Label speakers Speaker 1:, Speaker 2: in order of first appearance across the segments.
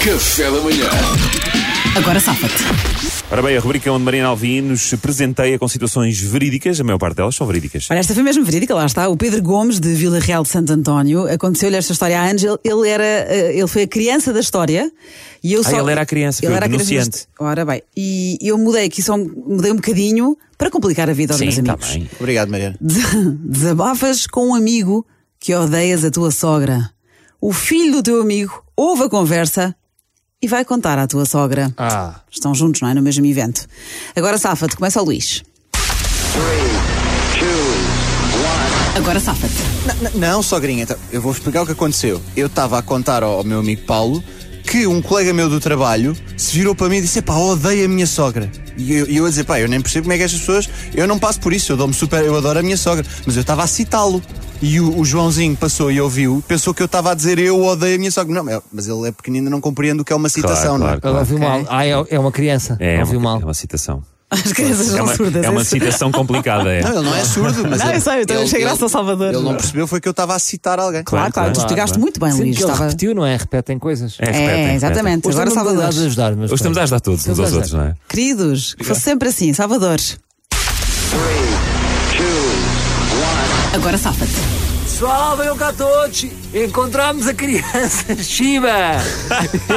Speaker 1: Café da manhã.
Speaker 2: Agora safa-te.
Speaker 3: Ora bem, a rubrica onde Mariana Alvim nos presenteia com situações verídicas, a maior parte delas são verídicas.
Speaker 2: Olha, esta foi mesmo verídica, lá está. O Pedro Gomes, de Vila Real de Santo António, aconteceu-lhe esta história a Ângel. Ele era, eh, ele foi a criança da história. E eu
Speaker 3: Ah,
Speaker 2: só...
Speaker 3: ele era a criança,
Speaker 2: ele
Speaker 3: foi o
Speaker 2: era a criança da
Speaker 3: denunciante.
Speaker 2: histó- Ora bem, e eu mudei aqui, só mudei um bocadinho para complicar a vida aos meus
Speaker 3: Sim, tá
Speaker 2: amigos.
Speaker 3: bem.
Speaker 4: Obrigado, Mariana.
Speaker 2: Desabafas com um amigo que odeias a tua sogra. O filho do teu amigo ouve a conversa e vai contar à tua sogra.
Speaker 4: Ah.
Speaker 2: Estão juntos, não é? No mesmo evento. Agora safa-te, começa o Luís. Agora safa-te.
Speaker 4: Não, sogrinha, então, eu vou explicar o que aconteceu. Eu estava a contar ao, ao meu amigo Paulo que um colega meu do trabalho se virou para mim e disse: pá, odeio a minha sogra. E eu, e eu a dizer: pá, eu nem percebo como é que estas pessoas. Eu não passo por isso, eu dou-me super. Eu adoro a minha sogra. Mas eu estava a citá-lo. E o, o Joãozinho passou e ouviu, pensou que eu estava a dizer: eu odeio a minha sogra. Não, eu- mas ele é pequenino, não compreende o que é uma citação, não é?
Speaker 3: claro,
Speaker 5: Ela
Speaker 3: claro.
Speaker 5: ouviu mal. Ah, é, é uma criança.
Speaker 3: É,
Speaker 5: ouviu
Speaker 3: uma,
Speaker 5: mal.
Speaker 3: é uma citação.
Speaker 2: As crianças
Speaker 3: É
Speaker 2: são
Speaker 3: uma,
Speaker 2: surdas.
Speaker 3: é uma
Speaker 2: isso.
Speaker 3: citação complicada, é.
Speaker 4: Não, ele não é surdo, mas.
Speaker 2: Não,
Speaker 4: ele-
Speaker 2: eu sei, eu também
Speaker 4: ele-
Speaker 2: achei graça
Speaker 4: ele-
Speaker 2: ao Salvador.
Speaker 4: Ele não percebeu, foi que eu estava a citar alguém.
Speaker 2: Claro, claro, tu
Speaker 3: Claro,
Speaker 2: explicaste
Speaker 3: claro.
Speaker 2: muito bem,
Speaker 5: Sempre
Speaker 2: Luís.
Speaker 5: que ele
Speaker 2: É um Estava...
Speaker 5: repetiu, não é? Repetem coisas.
Speaker 3: É, repetem,
Speaker 2: É,
Speaker 3: repetem.
Speaker 2: exatamente.
Speaker 5: Hoje
Speaker 2: Agora
Speaker 5: estamos
Speaker 2: Salvador.
Speaker 5: a ajudar, mas
Speaker 3: Hoje estamos a ajudar todos uns aos outros, não é?
Speaker 2: Queridos, que fosse sempre assim. Salvador. Agora safa-te.
Speaker 5: Pessoal, venham cá todos. Encontramos a criança Shiba.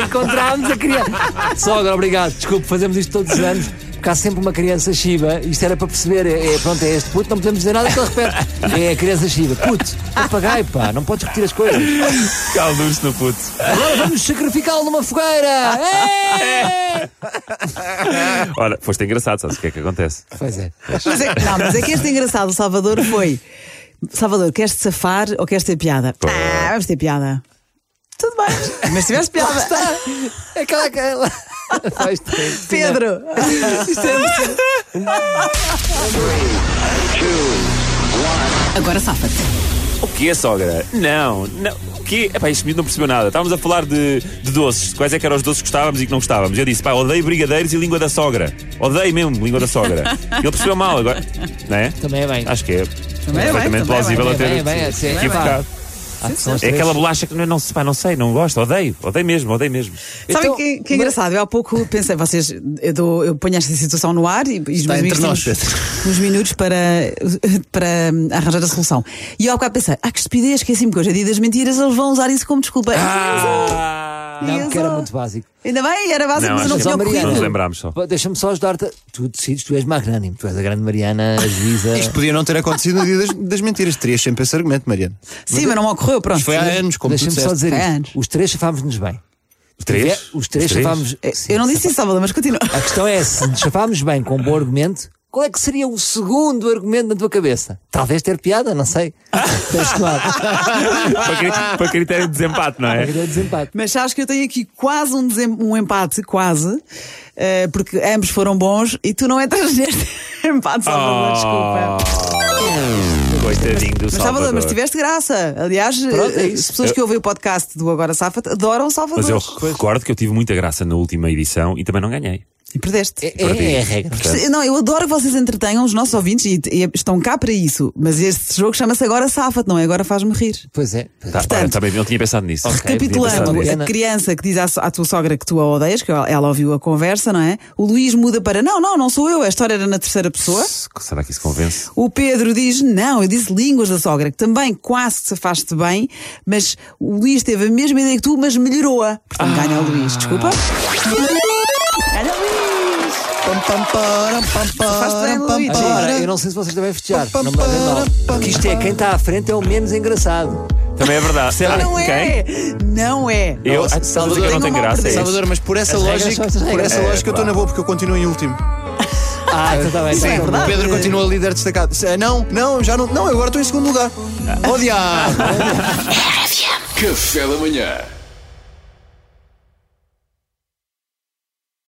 Speaker 5: Encontramos a criança. Sogra, obrigado. Desculpe, fazemos isto todos os anos. Porque há sempre uma criança Shiba. Isto era para perceber. É, é- pronto, é este puto. Não podemos dizer nada que ele repete. É a criança Shiba. Puto, papagaio, pá. Não podes repetir as coisas.
Speaker 3: Caldo-se é? no puto.
Speaker 5: Agora vamos sacrificá-lo numa fogueira. É!
Speaker 3: Ora, foste engraçado, sabes o que é que acontece?
Speaker 5: Pois é.
Speaker 2: Mas é, que- não, mas é que este engraçado, Salvador, foi. Salvador, queres te safar ou queres ter piada? Ah, vamos ter piada. Tudo bem, mas se tivesse piada. ah,
Speaker 5: Aquela. aquela... Faz tempo.
Speaker 2: Pedro! é Agora safa-te.
Speaker 3: O que é, sogra? Não, não. O quê? Epá, este miúdo não percebeu nada. Estávamos a falar de, de doces, de quais é que eram os doces que gostávamos e que não gostávamos. Eu disse, pá, odeio brigadeiros e língua da sogra. Odeio mesmo língua da sogra. Ele percebeu mal agora. Não é?
Speaker 5: Também é bem.
Speaker 3: Acho que é
Speaker 2: é bem,
Speaker 3: perfeitamente
Speaker 2: também é bem.
Speaker 3: plausível a
Speaker 5: Também
Speaker 3: ter
Speaker 5: é bem, é sim.
Speaker 3: equivocado.
Speaker 5: Ah, são as
Speaker 3: É
Speaker 5: três.
Speaker 3: aquela bolacha que não, não, se- pá, não sei, não gosto, odeio, odeio mesmo, odeio mesmo.
Speaker 2: Sabem
Speaker 5: Então,
Speaker 2: que, que é engraçado? Eu há pouco pensei, vocês, eu, dou, eu ponho esta situação no ar e, e os meus
Speaker 4: entre
Speaker 2: amigos
Speaker 4: nós,
Speaker 2: têm uns, uns minutos para, para hum, arranjar a solução. E eu há bocado pensei, ah, que estupidez, esqueci-me que hoje é dia das mentiras, eles vão usar isso como desculpa.
Speaker 3: Ah!
Speaker 5: Não, porque era
Speaker 2: Exato.
Speaker 5: muito básico.
Speaker 2: Ainda bem, era básico,
Speaker 3: Não,
Speaker 2: mas eu não
Speaker 3: acho
Speaker 2: tinha
Speaker 3: que não.
Speaker 2: ocorrido.
Speaker 3: Não lembrámos só.
Speaker 5: Pá, Deixa-me só ajudar-te. Tu decides, tu és magnânimo. Tu és a grande Mariana, a juíza.
Speaker 4: Isto podia não ter acontecido no dia das, das mentiras. Terias sempre esse argumento, Mariana.
Speaker 2: Sim, mas não ocorreu, pronto.
Speaker 4: Mas foi há anos, como tu
Speaker 5: Deixa-me só
Speaker 4: disseste.
Speaker 5: dizer
Speaker 2: Há anos.
Speaker 5: isto. Os três chafámos-nos bem.
Speaker 3: Três?
Speaker 5: Os três chafámos.
Speaker 2: É, Eu-
Speaker 5: Sim,
Speaker 2: Eh, Eu não disse isso, Salvador, mas continua.
Speaker 5: A questão é: se nos chafámos bem com um bom argumento, qual é que seria o segundo argumento na tua cabeça? Talvez ter piada, não sei. Tens tomado.
Speaker 3: para, cri- para critério de desempate, não
Speaker 5: É
Speaker 3: é?
Speaker 5: grande desempate.
Speaker 2: Mas sabes que eu tenho aqui quase um, desem- um empate, quase, eh, porque ambos foram bons e tu não entras neste empate, Salvador, desculpa.
Speaker 3: Oh, Coitadinho do
Speaker 2: Mas Salvador,
Speaker 3: Salvador.
Speaker 2: mas tiveste graça. Aliás,
Speaker 5: Pronto, é
Speaker 2: eh,
Speaker 5: isso.
Speaker 2: as pessoas que ouvem o podcast do Agora Safa adoram Salvador.
Speaker 3: Mas eu recordo que eu tive muita graça na última edição e também não ganhei.
Speaker 2: E perdeste.
Speaker 5: É, é- é a regra.
Speaker 3: Portanto,
Speaker 2: Não, eu adoro que vocês entretenham os nossos ouvintes e, e estão cá para isso. Mas este jogo chama-se Agora Safa, não é? Agora faz-me rir.
Speaker 5: Pois é.
Speaker 3: tá,
Speaker 2: portanto,
Speaker 3: tá bem, não tinha pensado nisso.
Speaker 5: Ok.
Speaker 3: Sim,
Speaker 2: Recapitulando,
Speaker 3: sim,
Speaker 5: sim.
Speaker 2: a criança que diz à, so- à tua sogra que tu a odeias, que ela ela ouviu a conversa, não é? O Luís muda para não, não, não sou eu, a história era na terceira pessoa.
Speaker 3: Será que isso convence?
Speaker 2: O Pedro diz não, eu disse línguas da sogra, que também quase se afaste bem, mas o Luís teve a mesma ideia que tu, mas melhorou-a. Portanto, ganha o Luís, desculpa. Ganha o Luís!
Speaker 4: Pam, pam, param, pam,
Speaker 2: Faz bem,
Speaker 4: param, pam,
Speaker 2: Luís.
Speaker 5: Agora,
Speaker 4: param.
Speaker 5: eu não sei se vocês também festejaram. Não me levem mal. Porque isto é quem está à frente é o menos engraçado.
Speaker 3: Também é verdade. Será?
Speaker 2: Não é! Não é!
Speaker 3: Eu,
Speaker 4: Nossa,
Speaker 3: ah, sabes o que é que
Speaker 2: Salvador,
Speaker 3: não tem
Speaker 2: tenho
Speaker 3: graça?
Speaker 2: mal
Speaker 3: é isso?
Speaker 4: Salvador, mas por essa
Speaker 5: As regras
Speaker 4: lógica,
Speaker 5: são estas
Speaker 4: por
Speaker 5: regras.
Speaker 4: essa
Speaker 3: É,
Speaker 4: lógica eu estou
Speaker 3: vá.
Speaker 4: na boa porque eu continuo em último.
Speaker 5: Ah, então está bem.
Speaker 2: Sim,
Speaker 5: está
Speaker 2: é
Speaker 5: bem.
Speaker 2: verdade.
Speaker 4: O Pedro continua líder destacado. Se- Não, não, já não.
Speaker 5: Ah.
Speaker 4: Oh, Não, eu agora estou em segundo lugar. Odiar!
Speaker 1: Café da manhã.